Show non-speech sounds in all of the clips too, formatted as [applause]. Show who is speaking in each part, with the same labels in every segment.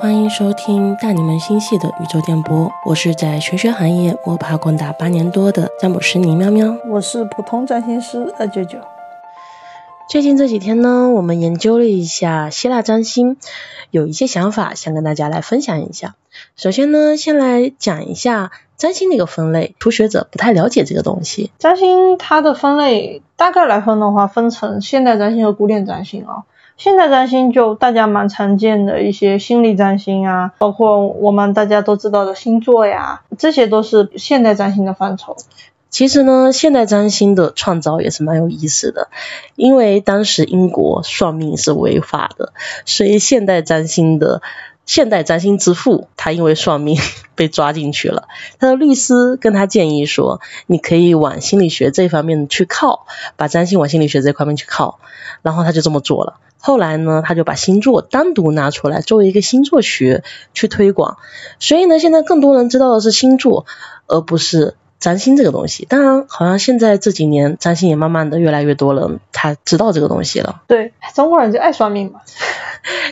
Speaker 1: 欢迎收听带你们心系的宇宙电波，我是在玄学行业摸爬滚打八年多的占卜师林喵喵。
Speaker 2: 我是普通占星师二九九。
Speaker 1: 最近这几天呢，我们研究了一下希腊占星，有一些想法想跟大家来分享一下。首先呢，先来讲一下占星的一个分类，初学者不太了解这个东西。
Speaker 2: 占星它的分类大概来分的话，分成现代占星和古典占星啊、现代占星就大家蛮常见的一些心理占星啊，包括我们大家都知道的星座呀，这些都是现代占星的范畴。
Speaker 1: 其实呢，现代占星的创造也是蛮有意思的，因为当时英国算命是违法的，所以现代占星的现代占星之父，他因为算命 [laughs] 被抓进去了。他的律师跟他建议说，你可以往心理学这方面去靠，把占星往心理学这方面去靠。然后他就这么做了。后来呢，他就把星座单独拿出来作为一个星座学去推广。所以呢，现在更多人知道的是星座，而不是占星这个东西。当然，好像现在这几年占星也慢慢的越来越多人他知道这个东西了。
Speaker 2: 对，中国人就爱算命嘛。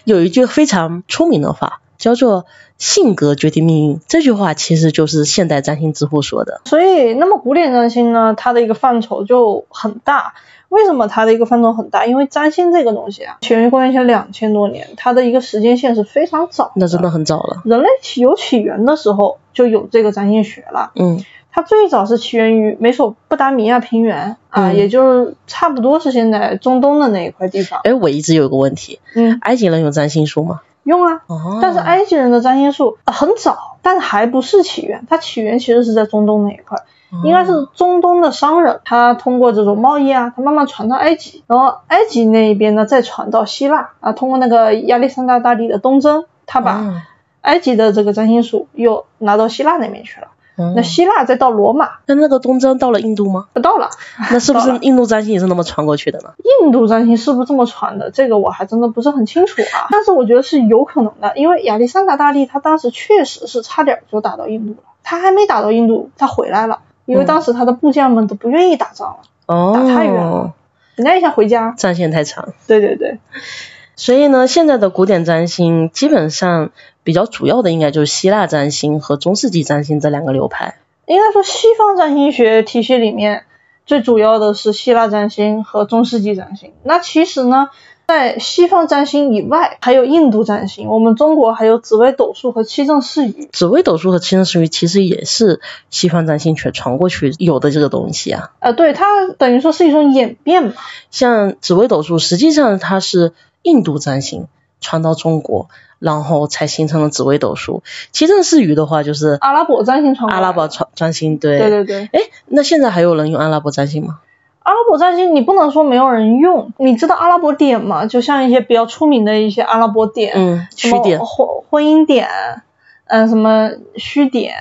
Speaker 1: 有一句非常出名的话，叫做“性格决定命运”。这句话其实就是现代占星之父说的。
Speaker 2: 所以，那么古典占星呢，它的一个范畴就很大。为什么它的一个范畴很大？因为占星这个东西啊，起源于公元前两千多年，它的一个时间线是非常早的。
Speaker 1: 那真的很早了。
Speaker 2: 人类起有起源的时候就有这个占星学了。
Speaker 1: 嗯，
Speaker 2: 它最早是起源于美索不达米亚平原啊，
Speaker 1: 嗯
Speaker 2: 也就是差不多是现在中东的那一块地方。
Speaker 1: 哎，我一直有个问题，
Speaker 2: 嗯，
Speaker 1: 埃及人有占星术吗？
Speaker 2: 用啊。
Speaker 1: 哦，
Speaker 2: 但是埃及人的占星术、呃很早，但还不是起源，它起源其实是在中东那一块。
Speaker 1: 哦
Speaker 2: 应该是中东的商人，他通过这种贸易啊，他慢慢传到埃及，然后埃及那一边呢再传到希腊啊，通过那个亚历山大大帝的东征，他
Speaker 1: 他
Speaker 2: 把埃及的这个占星术又拿到希腊那边去了，那
Speaker 1: 那
Speaker 2: 希腊再到罗马，
Speaker 1: 嗯那那个东征到了印度吗？
Speaker 2: 不到了。
Speaker 1: 那是不
Speaker 2: 到
Speaker 1: 是
Speaker 2: 了
Speaker 1: 印度占星也是那么传过去的呢？
Speaker 2: 印度占星是不是这么传的？这个我还真的不是很清楚啊，但是我觉得是有可能的，因为亚历山大大帝他当时确实是差点就打到印度了，他还没打到印度，他回来了，因为
Speaker 1: 嗯
Speaker 2: 当时他的部将们都不愿意打仗了，
Speaker 1: 哦，
Speaker 2: 太远了人家也想回家。
Speaker 1: 战线太长。
Speaker 2: 对对对。
Speaker 1: 所以呢，现在的古典占星基本上比较主要的应该就是希腊占星和中世纪占星这两个流派。
Speaker 2: 应该说，西方占星学体系里面最主要的是希腊占星和中世纪占星。那其实呢，在西方占星以外，还有印度占星，我们中国还有紫微斗数和七正四余。
Speaker 1: 紫微斗数和七星术语其实也是西方占星学传过去有的这个东西啊。
Speaker 2: 呃，对，它等于说是一种演变嘛。
Speaker 1: 像紫微斗数，实际上它是印度占星传到中国，然后才形成了紫微斗数。七正四余的话就是
Speaker 2: 阿拉伯占星传过来
Speaker 1: 阿
Speaker 2: 的
Speaker 1: 拉伯占占星，对。
Speaker 2: 对对对，
Speaker 1: 哎，那现在还有人用阿拉伯占星吗？
Speaker 2: 阿拉伯占星你不能说没有人用，你知道阿拉伯点吗？就像一些比较出名的一些阿拉伯点，
Speaker 1: 嗯，
Speaker 2: 什
Speaker 1: 曲
Speaker 2: 么
Speaker 1: 点。
Speaker 2: 婚婚姻点，嗯、什么虚点，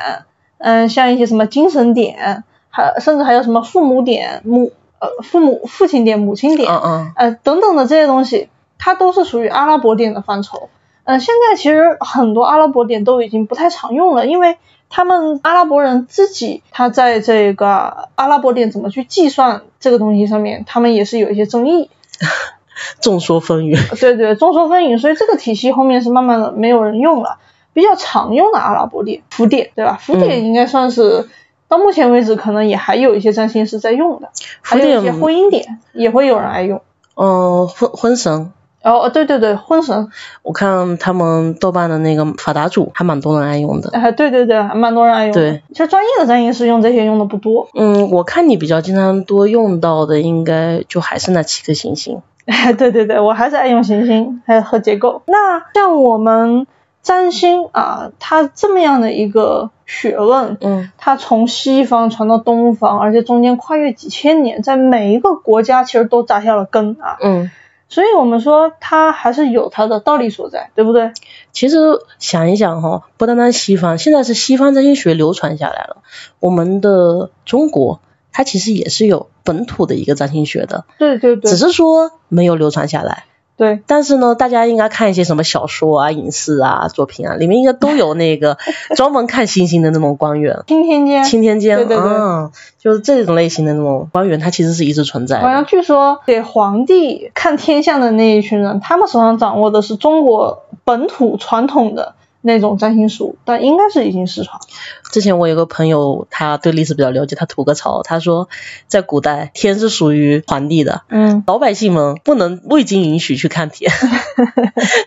Speaker 2: 嗯、像一些什么精神点，还甚至还有什么父母点、母呃父母父亲点、母亲点，
Speaker 1: 嗯嗯，
Speaker 2: 呃等等的这些东西，它都是属于阿拉伯点的范畴。嗯、现在其实很多阿拉伯点都已经不太常用了，因为他们阿拉伯人自己他在这个阿拉伯点怎么去计算这个东西上面，他们也是有一些争议。
Speaker 1: 众说纷纭。
Speaker 2: 对对，众说纷纭，所以这个体系后面是慢慢的没有人用了。比较常用的阿拉伯点浮点，对吧？浮点应该算是、到目前为止，可能也还有一些占星师在用的，还
Speaker 1: 浮点
Speaker 2: 有一些，婚姻点也会有人爱用。
Speaker 1: 嗯，婚婚神，
Speaker 2: 哦，对对对，婚神，
Speaker 1: 我看他们豆瓣的那个法达组还蛮多人爱用的。
Speaker 2: 啊，对对对，还蛮多人爱用的。
Speaker 1: 对，
Speaker 2: 其实专业的占星师用这些用的不多，
Speaker 1: 嗯，我看你比较经常多用到的，应该就还是那七颗行星。
Speaker 2: 哎对对对，我还是爱用行星，还有和结构。那像我们占星啊，它这么样的一个学问，
Speaker 1: 嗯
Speaker 2: 它从西方传到东方，而且中间跨越几千年，在每一个国家其实都扎下了根啊。
Speaker 1: 嗯，
Speaker 2: 所以我们说它还是有它的道理所在，对不对？
Speaker 1: 其实想一想哈、不单单西方，现在是西方占星学流传下来了，我们的中国它其实也是有本土的一个占星学的，
Speaker 2: 对对对
Speaker 1: 只，是说没有流传下来。
Speaker 2: 对，
Speaker 1: 但是呢，大家应该看一些什么小说啊、影视啊、作品啊，里面应该都有那个专门看星星的那种官员，
Speaker 2: 青天
Speaker 1: [laughs]
Speaker 2: 监。
Speaker 1: 青天监，
Speaker 2: 对对对
Speaker 1: 嗯，就是这种类型的那种官员，它其实是一直存在
Speaker 2: 好像
Speaker 1: 的。
Speaker 2: 据说给皇帝看天象的那一群人，他们手上掌握的是中国本土传统的那种占星术，但应该是已经失传了。
Speaker 1: 之前我有个朋友，他对历史比较了解，他吐个槽，他说在古代天是属于皇帝的，
Speaker 2: 嗯，
Speaker 1: 老百姓们不能未经允许去看天，
Speaker 2: [laughs]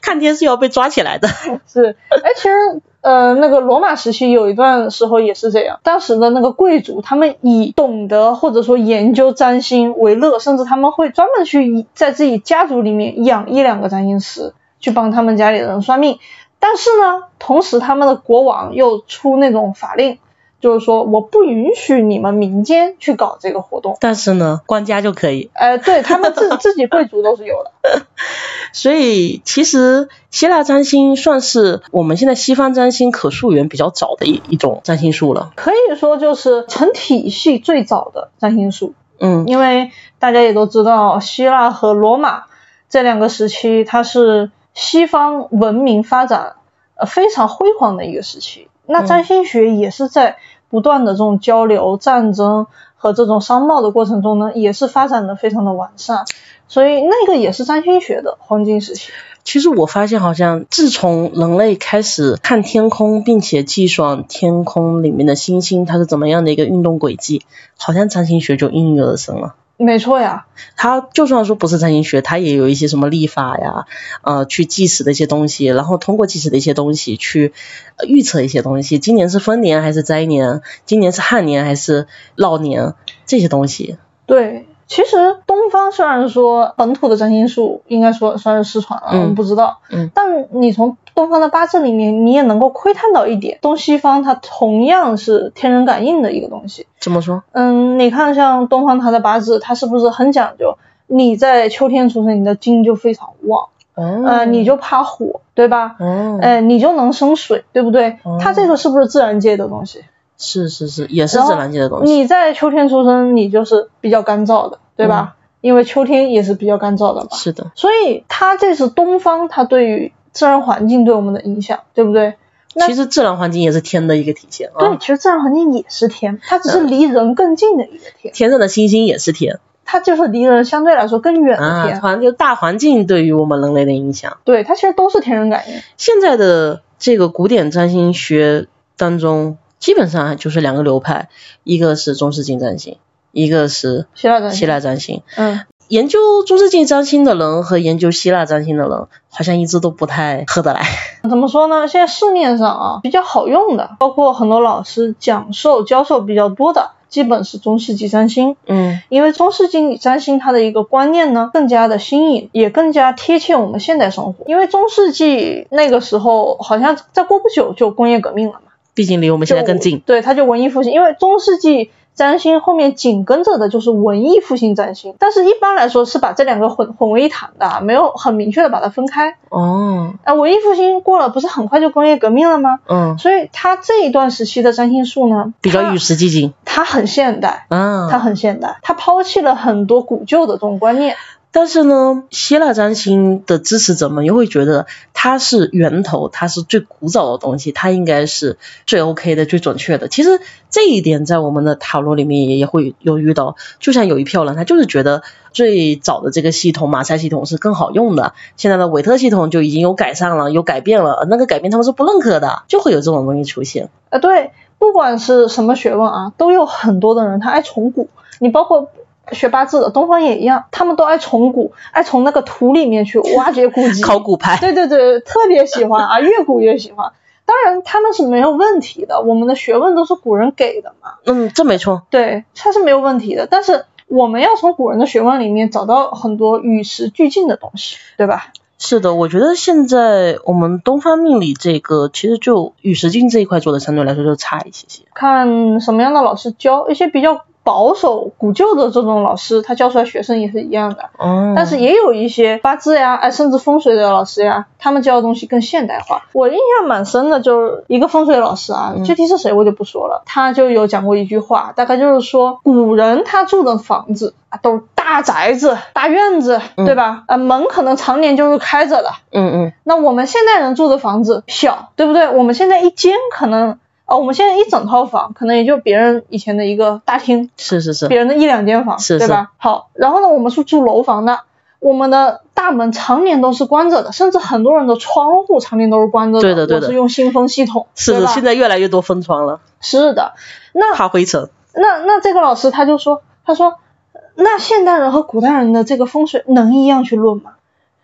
Speaker 1: 看天是要被抓起来的。
Speaker 2: 是。哎，其实。呃，那个罗马时期有一段时候也是这样，当时的那个贵族，他们以懂得或者说研究占星为乐，甚至他们会专门去以在自己家族里面养一两个占星师，去帮他们家里的人算命。但是呢，同时他们的国王又出那种法令，就是说我不允许你们民间去搞这个活动。
Speaker 1: 但是呢，官家就可以。
Speaker 2: 呃，对他们自自己贵族都是有的。
Speaker 1: 所以其实希腊占星算是我们现在西方占星可溯源比较早的一一种占星术了。
Speaker 2: 可以说就是成体系最早的占星术，
Speaker 1: 嗯，
Speaker 2: 因为大家也都知道，希腊和罗马这两个时期，它是西方文明发展呃非常辉煌的一个时期。那
Speaker 1: 嗯
Speaker 2: 占星学也是在不断的这种交流、战争和这种商贸的过程中呢，也是发展的非常的完善，所以那个也是占星学的黄金时期。
Speaker 1: 其实我发现好像自从人类开始看天空，并且计算天空里面的星星它是怎么样的一个运动轨迹，好像占星学就应运而生了。
Speaker 2: 没错呀，
Speaker 1: 它就算说不是占星学，它也有一些什么历法呀，呃，去计时的一些东西，然后通过计时的一些东西去呃预测一些东西，今年是丰年还是灾年，今年是旱年还是涝年，这些东西。
Speaker 2: 对。其实东方虽然说本土的占星术应该说算是失传了，
Speaker 1: 嗯
Speaker 2: 我们不知道，
Speaker 1: 嗯
Speaker 2: 但你从东方的八字里面，你也能够窥探到一点，东西方它同样是天人感应的一个东西。
Speaker 1: 怎么说？
Speaker 2: 嗯，你看像东方它的八字，它是不是很讲究？你在秋天出生，你的金就非常旺，
Speaker 1: 哦
Speaker 2: 呃，你就怕火，对吧？
Speaker 1: 哦，
Speaker 2: 呃，你就能生水，对不对
Speaker 1: 哦？
Speaker 2: 它这个是不是自然界的东西？
Speaker 1: 是是是，也是
Speaker 2: 然后
Speaker 1: 自然界的东西。
Speaker 2: 你在秋天出生，你就是比较干燥的，对吧？因为秋天也是比较干燥的嘛。
Speaker 1: 嗯是的，
Speaker 2: 所以它这是东方它对于自然环境对我们的影响，对不对？那
Speaker 1: 其实自然环境也是天的一个体现
Speaker 2: 对，
Speaker 1: 啊，
Speaker 2: 其实自然环境也是天，它只是离人更近的一个天，
Speaker 1: 天上的星星也是天
Speaker 2: 它就是离人相对来说更远的
Speaker 1: 啊，
Speaker 2: 天。
Speaker 1: 反正就大环境对于我们人类的影响。
Speaker 2: 对，它其实都是天人感应。
Speaker 1: 现在的这个古典占星学当中，基本上就是两个流派，一个是中世纪占星，一个是
Speaker 2: 希腊占星
Speaker 1: 希腊占星。
Speaker 2: 嗯，
Speaker 1: 研究中世纪占星的人和研究希腊占星的人，好像一直都不太合得来。
Speaker 2: 怎么说呢？现在市面上啊比较好用的，包括很多老师讲授教授比较多的，基本是中世纪占星。
Speaker 1: 嗯
Speaker 2: 因为中世纪占星它的一个观念呢，更加的新颖，也更加贴切我们现代生活。因为中世纪那个时候，好像再过不久就工业革命了嘛，
Speaker 1: [laughs] 毕竟离我们现在更近
Speaker 2: 就。对，它就文艺复兴。因为中世纪占星后面紧跟着的就是文艺复兴占星，但是一般来说是把这两个混混为一谈的啊，没有很明确的把它分开。
Speaker 1: 哦，
Speaker 2: 啊，文艺复兴过了，不是很快就工业革命了吗？
Speaker 1: 嗯，
Speaker 2: 所以它这一段时期的占星术呢，
Speaker 1: 比较与
Speaker 2: 它
Speaker 1: 时俱进。
Speaker 2: 它很现代。
Speaker 1: 啊，
Speaker 2: 它很现代，它抛弃了很多古旧的这种观念。
Speaker 1: 但是呢，希腊占星的支持者们又会觉得它是源头，它是最古早的东西，它应该是最 OK 的、最准确的。其实这一点在我们的塔罗里面也也会有遇到，就像有一票人，他就是觉得最早的这个系统马赛系统是更好用的，现在的韦特系统就已经有改善了、有改变了，那个改变他们是不认可的，就会有这种东西出现。
Speaker 2: 呃，对，不管是什么学问啊，都有很多的人他爱重古。你包括学八字的，东方也一样，他们都爱重古，爱从那个土里面去挖掘古籍。
Speaker 1: 考古牌，
Speaker 2: 对对对，特别喜欢啊，越古越喜欢。当然，他们是没有问题的，我们的学问都是古人给的嘛，
Speaker 1: 嗯，这没错，
Speaker 2: 对，它是没有问题的。但是我们要从古人的学问里面找到很多与时俱进的东西，对吧？
Speaker 1: 是的，我觉得现在我们东方命理这个，其实就与时俱进这一块做的相对来说就差一些些。
Speaker 2: 看什么样的老师教，一些比较保守古旧的这种老师，他教出来学生也是一样的。
Speaker 1: 哦，
Speaker 2: 但是也有一些八字呀，哎，甚至风水的老师呀，他们教的东西更现代化。我印象蛮深的，就是一个风水老师啊，具体是谁我就不说了，他就有讲过一句话，大概就是说，古人他住的房子啊，都是大宅子、大院子，对吧？啊，门可能常年就是开着的。
Speaker 1: 嗯嗯
Speaker 2: 那我们现代人住的房子小，对不对？我们现在一间可能。哦，我们现在一整套房可能也就别人以前的一个大厅，
Speaker 1: 是是是，
Speaker 2: 别人的一两间房，
Speaker 1: 是
Speaker 2: 对吧？好，然后呢，我们是住楼房的，我们的大门常年都是关着的，甚至很多人的窗户常年都是关着
Speaker 1: 对的对的
Speaker 2: 我是用新风系统，
Speaker 1: 是
Speaker 2: 对
Speaker 1: 是，
Speaker 2: 吧
Speaker 1: 现在越来越多封窗了，
Speaker 2: 是的。那
Speaker 1: 怕灰尘。
Speaker 2: 那那这个老师他就说，他说，那现代人和古代人的这个风水能一样去论吗？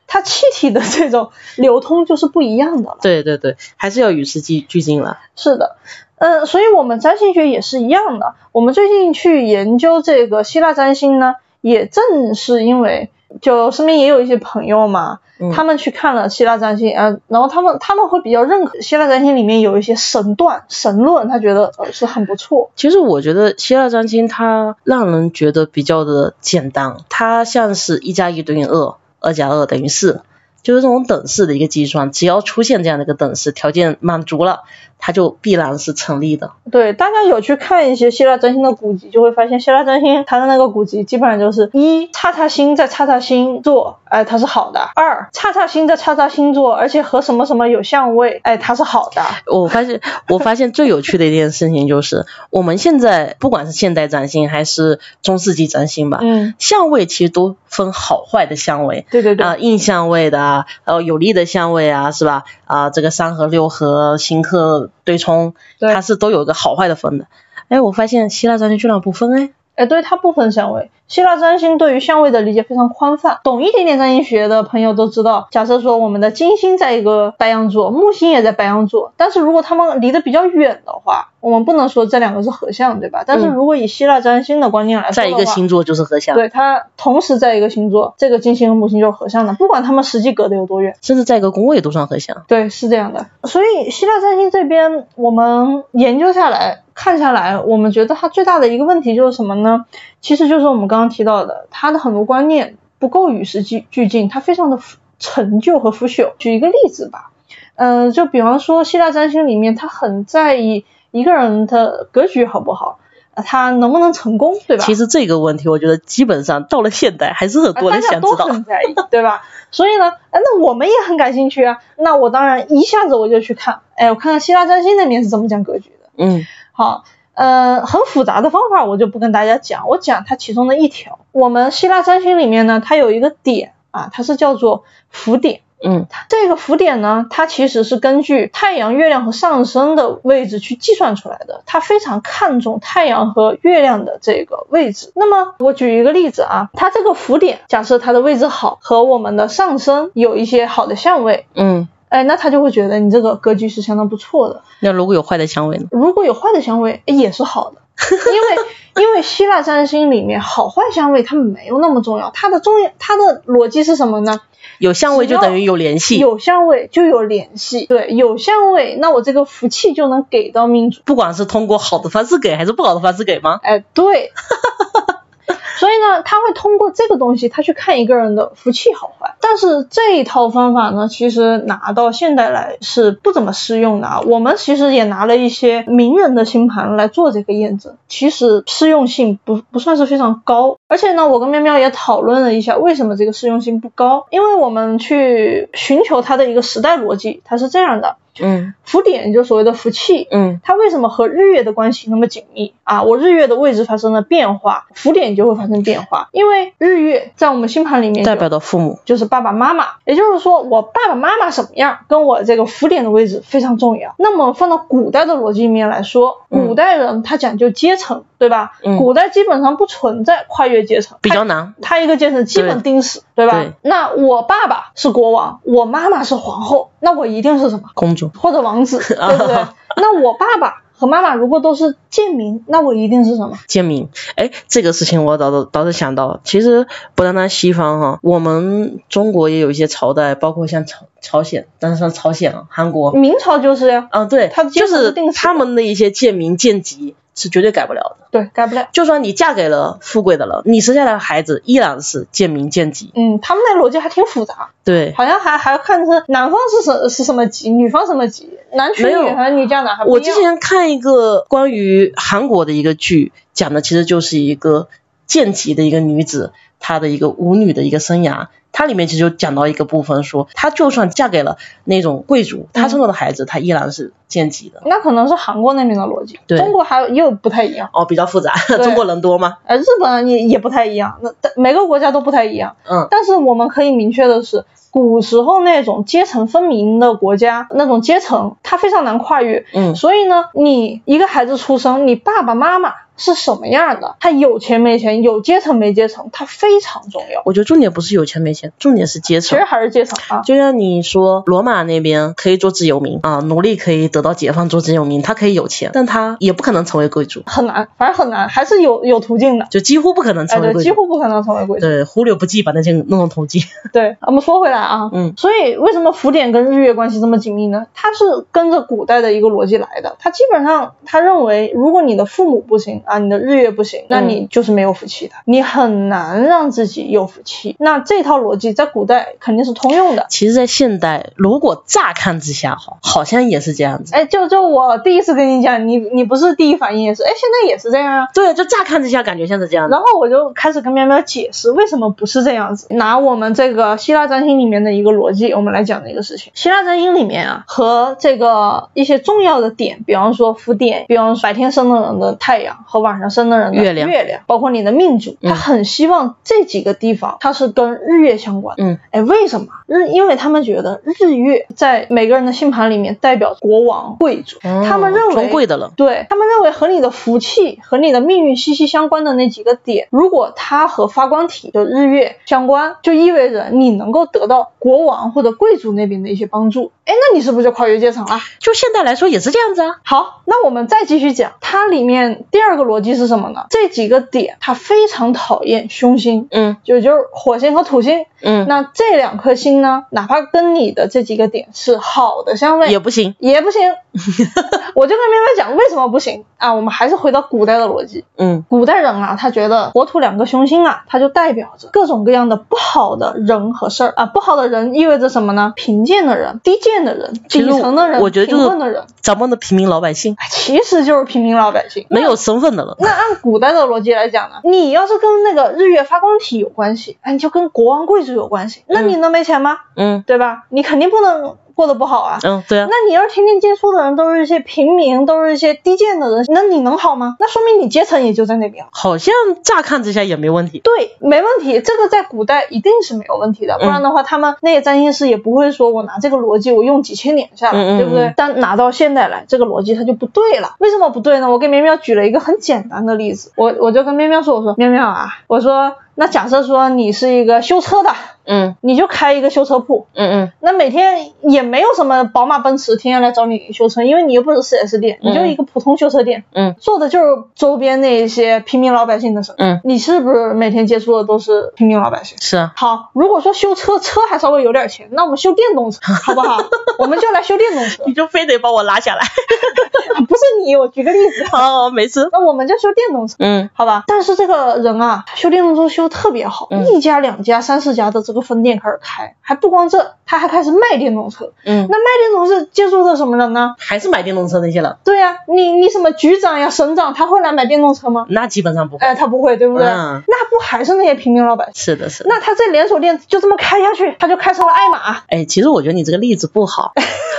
Speaker 2: 它气体的这种流通就是不一样的了。
Speaker 1: 对对对，还是要与时俱俱进了。
Speaker 2: 是的，嗯，所以我们占星学也是一样的。我们最近去研究这个希腊占星呢，也正是因为就身边也有一些朋友嘛，
Speaker 1: 嗯
Speaker 2: 他们去看了希腊占星，啊，然后他们他们会比较认可希腊占星里面有一些神断、神论，他觉得呃是很不错。
Speaker 1: 其实我觉得希腊占星它让人觉得比较的简单，它像是一加一等于二，二加二等于四，就是这种等式的一个计算。只要出现这样的一个等式，条件满足了，它就必然是成立的。
Speaker 2: 对，大家有去看一些希腊占星的古籍，就会发现希腊占星它的那个古籍基本上就是一叉叉星在叉叉星座，哎，它是好的；二叉叉星在叉叉星座，而且和什么什么有相位，哎，它是好的。
Speaker 1: 我发现， [laughs] 我发现最有趣的一件事情就是，我们现在不管是现代占星还是中世纪占星吧，
Speaker 2: 嗯，
Speaker 1: 相位其实都分好坏的相位。
Speaker 2: 对对对，
Speaker 1: 啊，印相位的啊，然后有利的相位啊，是吧？啊，这个三合、六合、星克对冲，
Speaker 2: 对
Speaker 1: 它是都有一个好坏的分的。哎，我发现希腊占星居然不分哎，
Speaker 2: 哎，对，它不分相位。希腊占星对于相位的理解非常宽泛，懂一点点占星学的朋友都知道，假设说我们的金星在一个白羊座，木星也在白羊座，但是如果他们离得比较远的话，我们不能说这两个是合相，对吧？但是
Speaker 1: 嗯
Speaker 2: 如果以希腊占星的观念来说
Speaker 1: 在
Speaker 2: 的
Speaker 1: 一
Speaker 2: 话，
Speaker 1: 个星座就是合相，
Speaker 2: 对它同时在一个星座，这个金星和木星就是合相的，不管他们实际隔得有多远。
Speaker 1: 甚至在一个宫位都算合相。
Speaker 2: 对，是这样的。所以希腊占星这边，我们研究下来、看下来，我们觉得它最大的一个问题就是什么呢？其实就是我们刚刚提到的，它的很多观念不够与时俱俱进，它非常的陈旧和腐朽。举一个例子吧，嗯、就比方说希腊占星里面，它很在意一个人的格局好不好，呃他能不能成功，对吧？
Speaker 1: 其实这个问题，我觉得基本上到了现代，还是很
Speaker 2: 啊
Speaker 1: 多
Speaker 2: 大
Speaker 1: 人
Speaker 2: 家
Speaker 1: 想
Speaker 2: 都
Speaker 1: 知道。
Speaker 2: 很在意，对吧？所以呢，哎，那我们也很感兴趣啊。那我当然一下子我就去看，哎，我看看希腊占星那边是怎么讲格局的。
Speaker 1: 嗯
Speaker 2: 好，呃，很复杂的方法我就不跟大家讲，我讲它其中的一条。我们希腊占星里面呢，它有一个点啊，它是叫做浮点。
Speaker 1: 嗯
Speaker 2: 这个浮点呢，它其实是根据太阳、月亮和上升的位置去计算出来的。它非常看重太阳和月亮的这个位置。那么我举一个例子啊，它这个浮点，假设它的位置好，和我们的上升有一些好的相位，
Speaker 1: 嗯，
Speaker 2: 哎，那他就会觉得你这个格局是相当不错的。
Speaker 1: 那如果有坏的相位呢？
Speaker 2: 如果有坏的相位，哎也是好的， [laughs] 因为因为希腊占星里面好坏相位它没有那么重要，它的重要它的逻辑是什么呢？
Speaker 1: 有相位就等于有联系，
Speaker 2: 有相位就有联系，对，有相位，那我这个福气就能给到命主。
Speaker 1: 不管是通过好的方式给还是不好的方式给吗？
Speaker 2: 哎，对。所以呢，他会通过这个东西，他去看一个人的福气好坏。但是这一套方法呢，其实拿到现代来是不怎么适用的啊。我们其实也拿了一些名人的星盘来做这个验证，其实适用性不不算是非常高。而且呢，我跟喵喵也讨论了一下，为什么这个适用性不高？因为我们去寻求它的一个时代逻辑，它是这样的：
Speaker 1: 嗯
Speaker 2: 浮点就是所谓的福气，
Speaker 1: 嗯
Speaker 2: 它为什么和日月的关系那么紧密啊？我日月的位置发生了变化，浮点就会发生变化，因为日月在我们星盘里面
Speaker 1: 代
Speaker 2: 就
Speaker 1: 表的父母。
Speaker 2: 就是爸爸妈妈，也就是说我爸爸妈妈什么样，跟我这个浮点的位置非常重要。那么放到古代的逻辑里面来说，
Speaker 1: 嗯
Speaker 2: 古代人他讲究阶层，对吧？
Speaker 1: 嗯
Speaker 2: 古代基本上不存在跨越阶层，
Speaker 1: 比
Speaker 2: 他
Speaker 1: 较难，
Speaker 2: 他一个阶层基本钉死，对吧？
Speaker 1: 对
Speaker 2: 那我爸爸是国王，我妈妈是皇后，那我一定是什么？
Speaker 1: 公主
Speaker 2: 或者王
Speaker 1: [laughs]
Speaker 2: 子，
Speaker 1: 啊
Speaker 2: 对不对？那我爸爸和妈妈如果都是贱民，那我一定是什么？
Speaker 1: 建民，哎，这个事情我倒倒倒是想到了，其实不单单西方哈、我们中国也有一些朝代，包括像朝朝鲜，但是像朝鲜啊，韩国，
Speaker 2: 嗯明朝就是呀，
Speaker 1: 啊，对，
Speaker 2: 它
Speaker 1: 就
Speaker 2: 基本上是
Speaker 1: 是
Speaker 2: 定死的
Speaker 1: 他们的一些贱民贱籍是绝对改不了的，
Speaker 2: 对，改不了。
Speaker 1: 就算你嫁给了富贵的人，你生下来的孩子依然是贱民贱籍。
Speaker 2: 嗯，他们那逻辑还挺复杂，
Speaker 1: 对，
Speaker 2: 好像还还要看是男方是什是什么级，女方什么级，男娶
Speaker 1: 没有
Speaker 2: 女还是女嫁男还不
Speaker 1: 我
Speaker 2: 一样
Speaker 1: 之。前看一个关于韩国的一个剧，讲的其实就是一个剑籍的一个女子，她的一个舞女的一个生涯。它里面其实就讲到一个部分说，她就算嫁给了那种贵族，她生下的孩子，她依然是剑籍的。
Speaker 2: 那可能是韩国那边的逻辑，
Speaker 1: 对
Speaker 2: 中国还有也有不太一样，
Speaker 1: 哦，比较复杂。中国人多吗？
Speaker 2: 呃，日本也也不太一样，那但每个国家都不太一样。
Speaker 1: 嗯，
Speaker 2: 但是我们可以明确的是，古时候那种阶层分明的国家，那种阶层它非常难跨越。
Speaker 1: 嗯
Speaker 2: 所以呢，你一个孩子出生，你爸爸妈妈是什么样的，他有钱没钱，有阶层没阶层，它非常重要。
Speaker 1: 我觉得重点不是有钱没钱，重点是阶
Speaker 2: 其
Speaker 1: 层
Speaker 2: 实。还是阶层啊，
Speaker 1: 就像你说，罗马那边可以做自由民啊，奴隶可以得到解放做自由民，他可以有钱，但他也不可能成为贵族，
Speaker 2: 很难，反正很难，还是有有途径的。
Speaker 1: 就几乎不可能
Speaker 2: 哎，
Speaker 1: 成为
Speaker 2: 对，
Speaker 1: 贵
Speaker 2: 几
Speaker 1: 族。
Speaker 2: 乎不可能成为贵族。
Speaker 1: 对，呃忽略不计，把那些弄成投机。 [laughs]
Speaker 2: 对，我们说回来啊，
Speaker 1: 嗯，
Speaker 2: 所以为什么浮点跟日月关系这么紧密呢？它是跟着古代的一个逻辑来的。它基本上他认为，如果你的父母不行啊，你的日月不行，
Speaker 1: 嗯
Speaker 2: 那你就是没有福气的，你很难让自己有福气。那这套逻辑在古代肯定是通用的。
Speaker 1: 其实，在现代，如果乍看之下哈，好像也是这样子。
Speaker 2: 哎，就就我第一次跟你讲，你你不是第一反应也是，哎，现在也是这样啊。
Speaker 1: 对，就乍看之下感觉像是这样的。
Speaker 2: 然后我就开始跟喵喵解释为什么不是这样子。拿我们这个希腊占星里面的一个逻辑，我们来讲这个事情。希腊占星里面啊，和这个一些重要的点，比方说浮点，比方说白天生的人的太阳和晚上生的人的
Speaker 1: 月亮
Speaker 2: 月亮，包括你的命主，
Speaker 1: 嗯
Speaker 2: 他很希望这几个地方它是跟日月相关的。
Speaker 1: 嗯，
Speaker 2: 哎，为什么日？因为他们觉得日月在每个人的星盘里面代表国王、贵族，他们认为
Speaker 1: 哦尊贵的人，
Speaker 2: 对他们认为和你的福气和你的命运息息相关的那几个点，如果它和发光体的日月相关，就意味着你能够得到国王或者贵族那边的一些帮助。哎，那你是不是就跨越阶层了？
Speaker 1: 就现代来说也是这样子啊。
Speaker 2: 好，那我们再继续讲，它里面第二个逻辑是什么呢？这几个点它非常讨厌凶星，
Speaker 1: 嗯
Speaker 2: 就就是火星和土星。
Speaker 1: 嗯，
Speaker 2: 那这两颗星呢，哪怕跟你的这几个点是好的相位，
Speaker 1: 也不行。
Speaker 2: 也
Speaker 1: [laughs]
Speaker 2: 不行。我就跟喵喵讲为什么不行啊？我们还是回到古代的逻辑。
Speaker 1: 嗯
Speaker 2: 古代人啊，他觉得火土两个凶星啊，它就代表着各种各样的不好的人和事儿啊。不好的人意味着什么呢？贫贱的人、低贱的人、
Speaker 1: 其
Speaker 2: 底
Speaker 1: 实我
Speaker 2: 层的人、
Speaker 1: 我觉得就
Speaker 2: 贫困的
Speaker 1: 是
Speaker 2: 人，
Speaker 1: 咱们的平民老百姓，
Speaker 2: 哎其实就是平民老百姓。
Speaker 1: 没有身份的人。
Speaker 2: 那按古代的逻辑来讲呢，你要是跟那个日月发光体有关系，哎，你就跟国王贵族有关系，那你能没钱吗？
Speaker 1: 嗯
Speaker 2: 对吧？你肯定不能过得不好啊。
Speaker 1: 嗯，对啊。
Speaker 2: 那你要是天天接触的人都是一些平民，都是一些低贱的人，那你能好吗？那说明你阶层也就在那边了。
Speaker 1: 好像乍看之下也没问题。
Speaker 2: 对，没问题，这个在古代一定是没有问题
Speaker 1: 嗯
Speaker 2: 的，不然的话，他们那些占星师也不会说我拿这个逻辑我用几千年下
Speaker 1: 嗯
Speaker 2: 来，
Speaker 1: 嗯嗯
Speaker 2: 对不对？但拿到现代来，这个逻辑它就不对了。为什么不对呢？我给喵喵举了一个很简单的例子，我我就跟喵喵说，我说喵喵啊，我说那假设说你是一个修车的，
Speaker 1: 嗯
Speaker 2: 你就开一个修车铺，
Speaker 1: 嗯嗯，
Speaker 2: 那每天也没有什么宝马、奔驰天天来找你修车，因为你又不是 4S 店，
Speaker 1: 嗯
Speaker 2: 你就一个普通修车店，
Speaker 1: 嗯，
Speaker 2: 做的就是周边那些平民老百姓的事。
Speaker 1: 嗯，
Speaker 2: 你是不是每天接触的都是平民老百姓？
Speaker 1: 是啊。
Speaker 2: 好，如果说修车车还稍微有点钱，那我们修电动
Speaker 1: [laughs]
Speaker 2: 车好不好？我们就来修电动车，
Speaker 1: 你就非得把我拉 [laughs] 下来。
Speaker 2: 不是你，我举个例子，
Speaker 1: 哦，没事。
Speaker 2: 那我们就修电动车。
Speaker 1: 嗯
Speaker 2: 好吧，但是这个人啊，修电动车修得特别好，
Speaker 1: 嗯
Speaker 2: 一家、两家、三四家的这个分店开始开，还不光这，他还开始卖电动车。
Speaker 1: 嗯，
Speaker 2: 那卖电动车接触的什么人呢？
Speaker 1: 还是买电动车那些人，
Speaker 2: 对呀、你你什么局长呀、省长，他会来买电动车吗？
Speaker 1: 那基本上不会。
Speaker 2: 哎，他不会，对不对？
Speaker 1: 嗯
Speaker 2: 那不还是那些平民老百姓？
Speaker 1: 是的，是的。
Speaker 2: 那他这连锁店就这么开下去，他就开成了爱玛。
Speaker 1: 哎，其实我觉得你这个例子不好，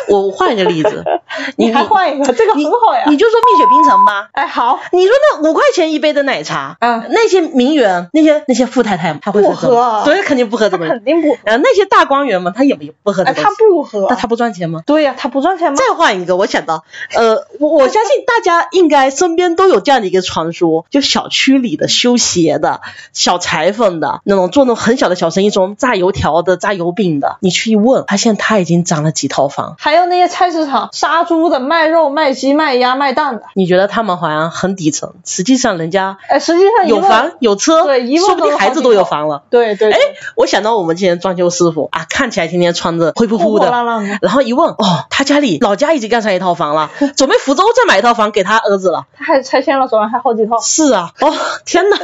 Speaker 1: 我换一个例子，
Speaker 2: [laughs] 你还换一个，这个
Speaker 1: 你
Speaker 2: 很好呀。
Speaker 1: 你就说蜜雪冰城吧。
Speaker 2: 哎，好，
Speaker 1: 你说那五块钱一杯的奶茶，
Speaker 2: 嗯
Speaker 1: 那些名媛，那些那些富太太，她会
Speaker 2: 不
Speaker 1: 喝这个吗
Speaker 2: 喝
Speaker 1: 所以肯定不喝这
Speaker 2: 他
Speaker 1: 个东西。
Speaker 2: 肯定不，
Speaker 1: 然后那些大官员们，他也不不喝
Speaker 2: 哎，
Speaker 1: 这个东
Speaker 2: 他
Speaker 1: 西，
Speaker 2: 不喝
Speaker 1: 那。他不赚钱吗？
Speaker 2: 对呀、他不赚钱吗？
Speaker 1: 再换一个，我想到，呃，我我相信大家应该身边都有这样的一个传说，就小区里的修鞋的、小裁缝的那种做那种很小的小生意，从炸油条的、炸油饼的，你去一问，发现他已经涨了几套房，
Speaker 2: 还还有那些菜市场杀猪的、卖肉、卖鸡、卖鸭、卖蛋的，
Speaker 1: 你觉得他们好像很底层，实际上人家
Speaker 2: 哎，实际上一
Speaker 1: 有
Speaker 2: 问
Speaker 1: 房有车，
Speaker 2: 对一问
Speaker 1: 说不
Speaker 2: 都
Speaker 1: 定
Speaker 2: 是
Speaker 1: 孩
Speaker 2: 好
Speaker 1: 子
Speaker 2: 几
Speaker 1: 都有
Speaker 2: 口
Speaker 1: 房了。
Speaker 2: 对对，
Speaker 1: 哎，我想到我们之前装修师傅啊，看起来天天穿着灰扑
Speaker 2: 破
Speaker 1: 扑
Speaker 2: 破
Speaker 1: 的，
Speaker 2: 烂烂的，
Speaker 1: 然后一问，哦，他家里老家已经干上一套房了，准备福州再买一套房给他儿子了。
Speaker 2: 他还拆迁了，手上还好几套。
Speaker 1: 是啊，哦，天哪，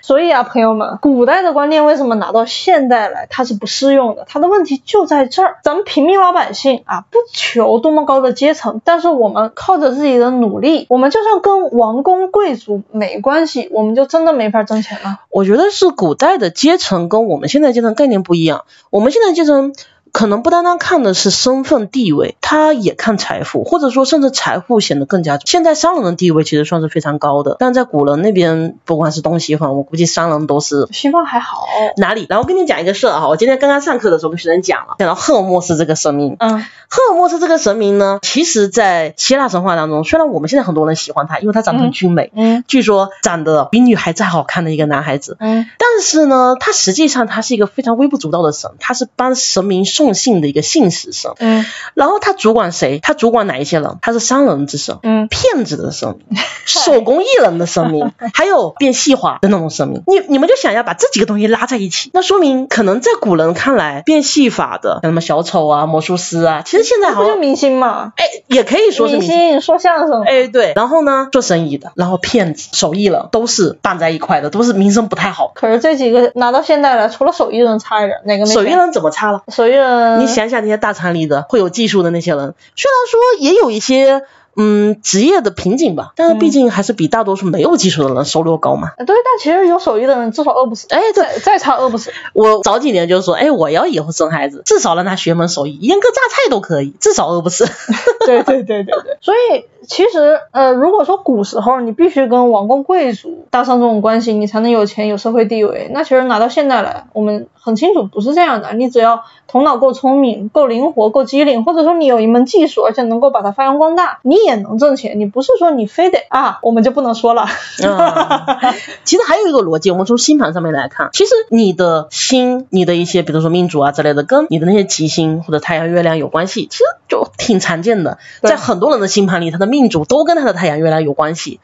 Speaker 2: 所以啊，朋友们，古代的观念为什么拿到现代来，它是不适用的？它的问题就在这儿。咱们平民老百姓啊，不求多么高的阶层，但是我们靠着自己的努力，我们就算跟王公贵族没关系，我们就真的没法挣钱了。
Speaker 1: 我觉得是古代的阶层跟我们现在阶层概念不一样。我们现在阶层可能不单单看的是身份地位，他也看财富，或者说甚至财富显得更加重。现在商人的地位其实算是非常高的，但在古人那边，不管是东西方，我估计商人都是
Speaker 2: 西方还好，
Speaker 1: 哪里？然后跟你讲一个事儿啊，我今天刚刚上课的时候跟学生讲了，讲到赫尔墨斯这个神明。
Speaker 2: 嗯，
Speaker 1: 赫尔墨斯这个神明呢，其实在希腊神话当中，虽然我们现在很多人喜欢他，因为他长得很俊美，
Speaker 2: 嗯
Speaker 1: 据说长得比女孩子还好看的一个男孩子，
Speaker 2: 嗯
Speaker 1: 但是呢，他实际上他是一个非常微不足道的神，他是帮神明送信的一个信使神。
Speaker 2: 嗯
Speaker 1: 然后他主管谁？他主管哪一些人？他是商人之神。
Speaker 2: 嗯，
Speaker 1: 骗子的 [laughs] 神明，手工艺人的神明，还有变戏法的那种神明。你你们就想要把这几个东西拉在一起，那说明可能在古人看来，变戏法的像什么小丑啊、魔术师啊，其实现在
Speaker 2: 这
Speaker 1: 好
Speaker 2: 不就
Speaker 1: 像
Speaker 2: 明星嘛？
Speaker 1: 哎也可以说是
Speaker 2: 明
Speaker 1: 明星。
Speaker 2: 星说相声，
Speaker 1: 哎，对，然后呢，做生意的，然后骗子、手艺人都是绑在一块的，都是名声不太好。
Speaker 2: 可是这几个拿到现代来，除了手艺人差一点，哪个没钱？嗯
Speaker 1: 手艺人怎么差了？
Speaker 2: 手艺人，
Speaker 1: 你想想那些大厂里的会有技术的那些人，虽然说也有一些嗯职业的瓶颈吧，但是毕竟还是比大多数没有技术的人收入高嘛。
Speaker 2: 对，但其实有手艺的人至少饿不死，
Speaker 1: 哎，对
Speaker 2: 再再差饿不死。
Speaker 1: 我早几年就说，哎，我要以后生孩子，至少让他学门手艺，腌个榨菜都可以，至少饿不死。
Speaker 2: [laughs] 对对对对对。所以其实呃，如果说古时候你必须跟王公贵族搭上这种关系，你才能有钱有社会地位，那其实拿到现代来，我们很清楚不是这样的。你只要头脑够聪明、够灵活、够机灵，或者说你有一门技术，而且能够把它发扬光大，你也能挣钱。你不是说你非得啊，我们就不能说了。嗯
Speaker 1: 啊， [laughs] 其实还有一个逻辑，我们从星盘上面来看，其实你的星，你的一些比如说命主啊之类的，跟你的那些吉星或者太阳、月亮有关系，其实就挺常见的，
Speaker 2: 对
Speaker 1: 在很多人的星盘里，他的命主都跟他的太阳、月亮有关系。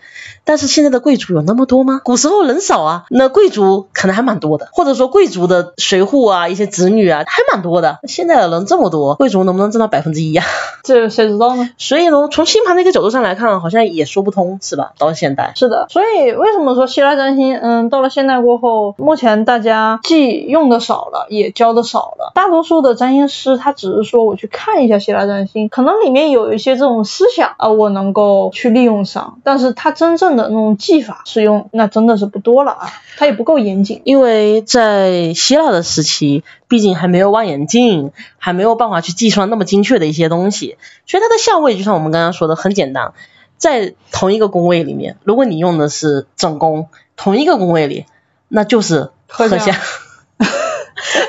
Speaker 1: 但是现在的贵族有那么多吗？古时候人少啊，那贵族可能还蛮多的，或者说贵族的随护啊、一些子女啊还蛮多的。现在的人这么多，贵族能不能占到百分之一啊？
Speaker 2: [laughs] 这谁知道呢？
Speaker 1: 所以呢，从星盘的一个角度上来看，好像也说不通，是吧？到现代。
Speaker 2: 是的，所以为什么说希腊占星，嗯，到了现代过后，目前大家既用的少了，也教的少了。大多数的占星师，他只是说我去看一下希腊占星，可能里面有一些这种思想啊，我能够去利用上，但是他真正的那种技法使用，那真的是不多了啊，他也不够严谨。
Speaker 1: 因为在希腊的时期，毕竟还没有望远镜，还没有办法去计算那么精确的一些东西，所以它的相位就像我们刚刚说的很简单，在同一个宫位里面，如果你用的是正宫，同一个宫位里，那就是
Speaker 2: 合
Speaker 1: 合
Speaker 2: 相
Speaker 1: 相。 [laughs]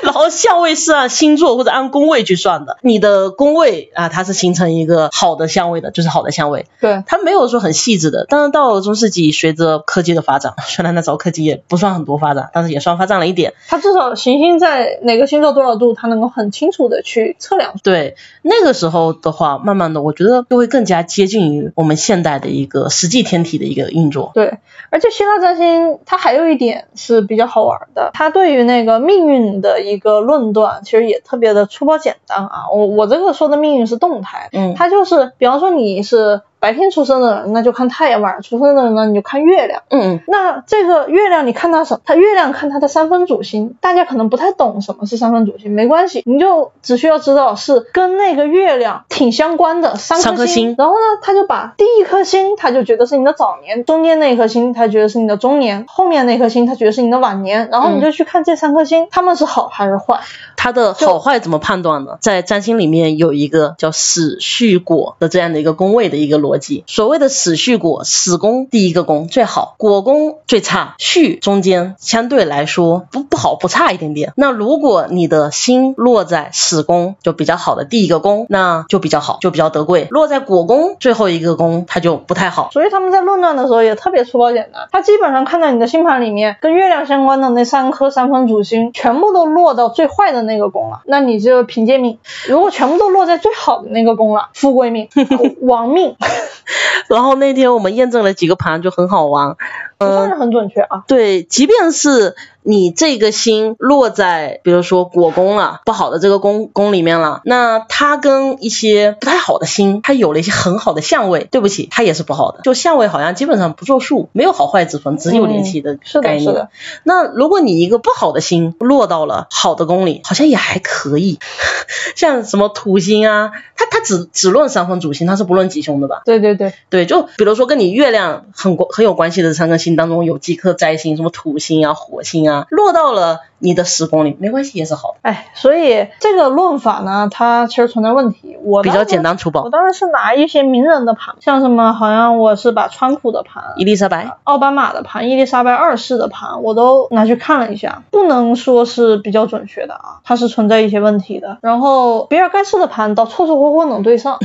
Speaker 1: 然后相位是按星座或者按宫位去算的，你的宫位啊，它是形成一个好的相位的，就是好的相位。
Speaker 2: 对，
Speaker 1: 它没有说很细致的，但是到了中世纪，随着科技的发展， [laughs] 虽然那时候科技也不算很多发展，但是也算发展了一点。
Speaker 2: 他至少行星在哪个星座多少度，他能够很清楚的去测量。
Speaker 1: 对，那个时候的话，慢慢的，我觉得就会更加接近于我们现代的一个实际天体的一个运作。
Speaker 2: 对，而且希腊占星它还有一点是比较好玩的，它对于那个命运的一个论断，其实也特别的粗暴简单啊。我我这个说的命运是动态，
Speaker 1: 嗯，
Speaker 2: 它就是比方说你是白天出生的人，那就看太阳；晚上出生的人呢，你就看月亮。
Speaker 1: 嗯，
Speaker 2: 那这个月亮，你看它什么？它月亮看它的三分主星，大家可能不太懂什么是三分主星，没关系，你就只需要知道是跟那个月亮挺相关的三
Speaker 1: 三
Speaker 2: 颗
Speaker 1: 颗星
Speaker 2: 然后呢，他就把第一颗星，他就觉得是你的早年；中间那一颗星，他觉得是你的中年；后面那颗星，他觉得是你的晚年。然后你就去看这三颗星，他们是好还是坏。
Speaker 1: 它的好坏怎么判断呢？在占星里面有一个叫始序果的这样的一个宫位的一个逻辑。所谓的死序果，死宫第一个宫最好，果宫最差，序中间相对来说不不好不差一点点。那如果你的心落在死宫，就比较好的第一个宫，那就比较好，就比较得贵；落在果宫最后一个宫，它就不太好。
Speaker 2: 所以他们在论断的时候也特别粗暴简单，他基本上看到你的星盘里面跟月亮相关的那三颗三分主星全部都落到最坏的那个宫了，那你就凭借命；如果全部都落在最好的那个宫了，富贵命、 [laughs] 亡
Speaker 1: [laughs]
Speaker 2: 命，
Speaker 1: 然后那天我们验证了几个盘，就很好玩。
Speaker 2: 不算是很准确啊。
Speaker 1: 对，即便是你这个星落在，比如说果宫了，不好的这个宫宫里面了，那它跟一些不太好的星，它有了一些很好的相位，对不起，它也是不好的。就相位好像基本上不作数，没有好坏之分，只有联系的
Speaker 2: 嗯是
Speaker 1: 概
Speaker 2: 的，
Speaker 1: 念。
Speaker 2: 是的。
Speaker 1: 那如果你一个不好的星落到了好的宫里，好像也还可以， [laughs] 像什么土星啊，它它只只论三分主星，它是不论吉凶的吧？
Speaker 2: 对对对，
Speaker 1: 对，就比如说跟你月亮很关很有关系的三颗星当中，有几颗灾星，什么土星啊、火星啊，落到了你的时宫里，没关系，也是好的，
Speaker 2: 哎，所以这个论法呢，它其实存在问题。我
Speaker 1: 比
Speaker 2: 当
Speaker 1: 较
Speaker 2: 时
Speaker 1: 简单粗
Speaker 2: 我
Speaker 1: 暴。
Speaker 2: 当时是拿一些名人的盘，像什么，好像我是把川普的盘、
Speaker 1: 伊丽莎白，
Speaker 2: 奥巴马的盘、伊丽莎白二世的盘，我都拿去看了一下，不能说是比较准确的啊，它是存在一些问题的。然后比尔盖茨的盘倒凑凑合合能
Speaker 1: [laughs]
Speaker 2: 对上，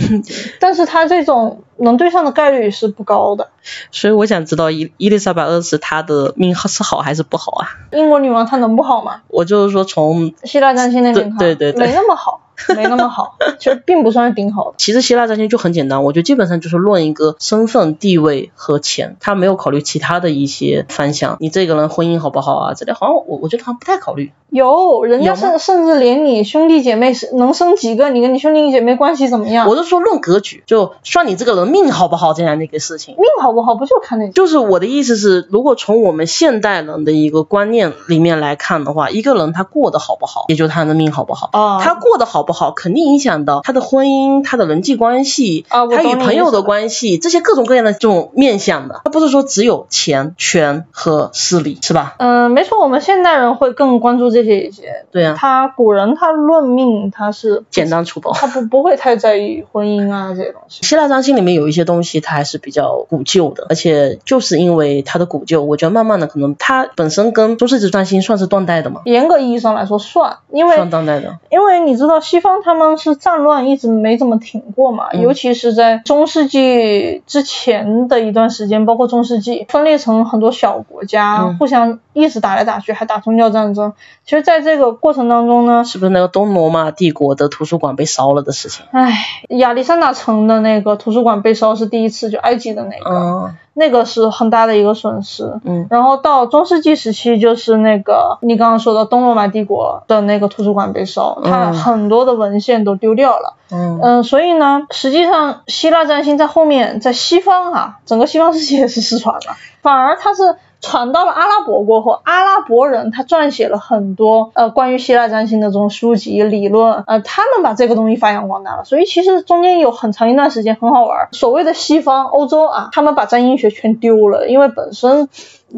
Speaker 2: 但是他这种能对上的概率是不高的。
Speaker 1: 所以我想知道伊伊丽莎白二世她的命是好还是不好啊？
Speaker 2: 英国女王她能不好吗？
Speaker 1: 我就是说从。
Speaker 2: 希腊占星那边看，
Speaker 1: 对对对
Speaker 2: 没那么好，没那么
Speaker 1: [laughs]
Speaker 2: 好，其实并不算是顶好的。
Speaker 1: 其实希腊占星就很简单，我觉得基本上就是论一个身份、地位和钱，他没有考虑其他的一些方向。你这个人婚姻好不好啊？之类，好像我我觉得好像不太考虑。
Speaker 2: 有人家
Speaker 1: 有吗
Speaker 2: 甚甚至连你兄弟姐妹是能生几个，你跟你兄弟姐妹关系怎么样，
Speaker 1: 我是说论格局，就算你这个人命好不好这样的一个事情。
Speaker 2: 命好不好不就看那
Speaker 1: 就是我的意思是，如果从我们现代人的一个观念里面来看的话，一个人他过得好不好，也就是他的命好不好。
Speaker 2: 啊？
Speaker 1: 他过得好不好，肯定影响到他的婚姻、他的人际关系、
Speaker 2: 啊我懂
Speaker 1: 他与
Speaker 2: 你
Speaker 1: 朋
Speaker 2: 意
Speaker 1: 友
Speaker 2: 思
Speaker 1: 的
Speaker 2: 了
Speaker 1: 关系，这些各种各样的这种面向的，他不是说只有钱、权和势力，是吧？
Speaker 2: 嗯、没错，我们现代人会更关注这些一些。
Speaker 1: 对啊，
Speaker 2: 他古人他论命，他是
Speaker 1: 简单粗暴。
Speaker 2: 他不不会太在意婚姻啊这些东西。
Speaker 1: 希腊占星里面有一些东西，它还是比较古旧的，而且就是因为它的古旧，我觉得慢慢的可能它本身跟中世纪占星算是断代的嘛，
Speaker 2: 严格意义上来说算，因为
Speaker 1: 算断代的。
Speaker 2: 因为你知道西方他们是战乱一直没怎么停过嘛，
Speaker 1: 嗯
Speaker 2: 尤其是在中世纪之前的一段时间，包括中世纪分裂成很多小国家，
Speaker 1: 嗯
Speaker 2: 互相一直打来打去，还打宗教战争。其实，在这个过程当中呢，
Speaker 1: 是不是那个东罗马帝国的图书馆被烧了的事情？
Speaker 2: 唉，亚历山大城的那个图书馆被烧是第一次，就埃及的那个，
Speaker 1: 嗯
Speaker 2: 那个是很大的一个损失。
Speaker 1: 嗯，
Speaker 2: 然后到中世纪时期，就是那个你刚刚说的东罗马帝国的那个图书馆被烧，它
Speaker 1: 嗯
Speaker 2: 很多的文献都丢掉了。
Speaker 1: 嗯
Speaker 2: 嗯，所以呢，实际上希腊占星在后面，在西方啊，整个西方世界也是失传了，反而它是传到了阿拉伯过后，阿拉伯人他撰写了很多呃关于希腊占星的这种书籍理论，呃，他们把这个东西发扬光大了，所以其实中间有很长一段时间很好玩儿。所谓的西方欧洲啊，他们把占星学全丢了，因为本身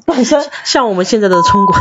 Speaker 2: 本身
Speaker 1: [laughs] 像我们现在的中国，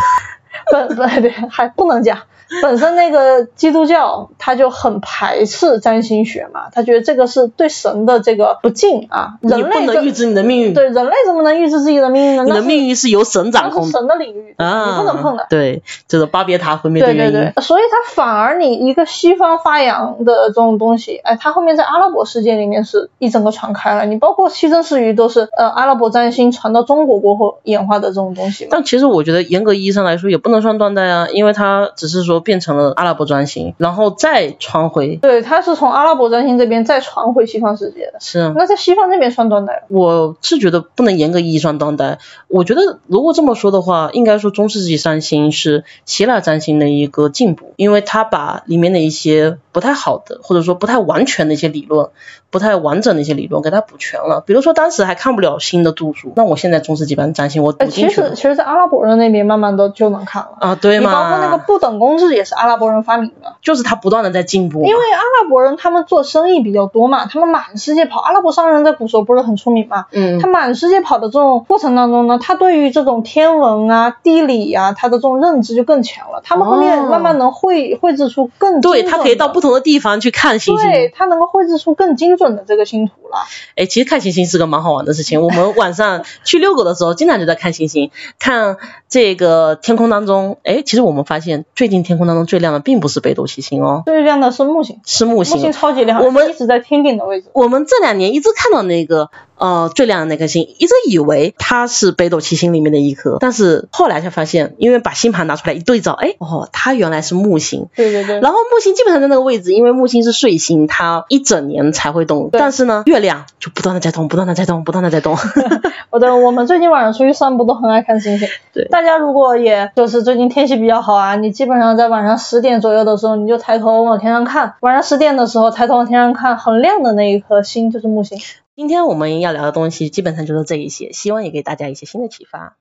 Speaker 2: 本 [laughs] 本对还不能讲，本身那个基督教他就很排斥占星学嘛，他觉得这个是对神的这个不敬啊， [laughs] 人
Speaker 1: 你不
Speaker 2: 类
Speaker 1: 能预
Speaker 2: 这
Speaker 1: 知你的命运，
Speaker 2: 对人类怎么能预知自己的命运呢？
Speaker 1: 你
Speaker 2: 那
Speaker 1: 的
Speaker 2: 是
Speaker 1: 命运是由神掌
Speaker 2: 那
Speaker 1: 控
Speaker 2: 是
Speaker 1: 的
Speaker 2: 神的领域，
Speaker 1: 啊，
Speaker 2: 你不能碰的。
Speaker 1: 对，这是巴别塔毁灭的
Speaker 2: 对
Speaker 1: 原
Speaker 2: 对
Speaker 1: 因。
Speaker 2: 对，所以它反而你一个西方发扬的这种东西，哎，它后面在阿拉伯世界里面是一整个传开了。你包括西征式鱼都是呃阿拉伯占星传到中国过后演化的这种东西嘛。
Speaker 1: 但其实我觉得严格意义上来说也不能算断代啊，因为它只是说变成了阿拉伯专星，然后再传回。
Speaker 2: 对，它是从阿拉伯占星这边再传回西方世界的。
Speaker 1: 是啊，
Speaker 2: 那在西方那边算断代了。
Speaker 1: 我是觉得不能严格意义上断代。我觉得如果这么说的话，应该说中世纪占星是希腊占星的一个进步，因为它把里面的一些不太好的，或者说不太完全的一些理论，不太完整的一些理论给它补全了。比如说当时还看不了新的度数，那我现在中世纪版占星我
Speaker 2: 呃，
Speaker 1: 读
Speaker 2: 其
Speaker 1: 进去
Speaker 2: 实
Speaker 1: 了
Speaker 2: 其实，在阿拉伯人那边慢慢的就能看了。
Speaker 1: 啊，对
Speaker 2: 你包括那个
Speaker 1: 嘛？
Speaker 2: 不等公式也是阿拉伯人发明的。
Speaker 1: 就是它不断的在进步嘛。
Speaker 2: 因为阿拉伯人他们做生意比较多嘛，他们满世界跑。阿拉伯商人在古时候不是很出名嘛？
Speaker 1: 嗯
Speaker 2: 他满世界跑的这种过程当中呢，他对于这种天文啊、地理啊，他的这种认知就更强了。他们后面
Speaker 1: 哦
Speaker 2: 慢慢能绘绘制出更
Speaker 1: 对，
Speaker 2: 精
Speaker 1: 它
Speaker 2: 准
Speaker 1: 可以到
Speaker 2: 的
Speaker 1: 不同的地方去看星星。
Speaker 2: 对，他能够绘制出更精准的这个星图了。
Speaker 1: 哎，其实看星星是个蛮好玩的事情。我们晚上去遛狗的时候，经常就在看星星，看这个天空当中。哎，其实我们发现，最近天空当中最亮的并不是北斗七星哦，
Speaker 2: 最亮的是木星，
Speaker 1: 是木
Speaker 2: 木星
Speaker 1: 星。
Speaker 2: 超级亮，
Speaker 1: 我们
Speaker 2: 一直在天顶的位置。
Speaker 1: 我们这两年一直看到那个呃最亮的那颗星，一直以为它是北斗七星里面的一颗，但是后来才发现，因为把星盘拿出来一对照，哎，哦，它原来是木星。
Speaker 2: 对对对，
Speaker 1: 然后木星基本上在那个位置，因为木星是岁星，它一整年才会动。
Speaker 2: 对
Speaker 1: 但是呢，月亮就不断的在动，不断的在动，不断的在动。
Speaker 2: 我的我们最近晚上出去散步都很爱看星星。
Speaker 1: 对
Speaker 2: 大家如果也就是最近天气比较好啊，你基本上在晚上十点左右的时候，你就抬头往天上看，晚上十点的时候抬头往天上看，很亮的那一颗星就是木星。
Speaker 1: 今天我们要聊的东西基本上就是这一些，希望也给大家一些新的启发。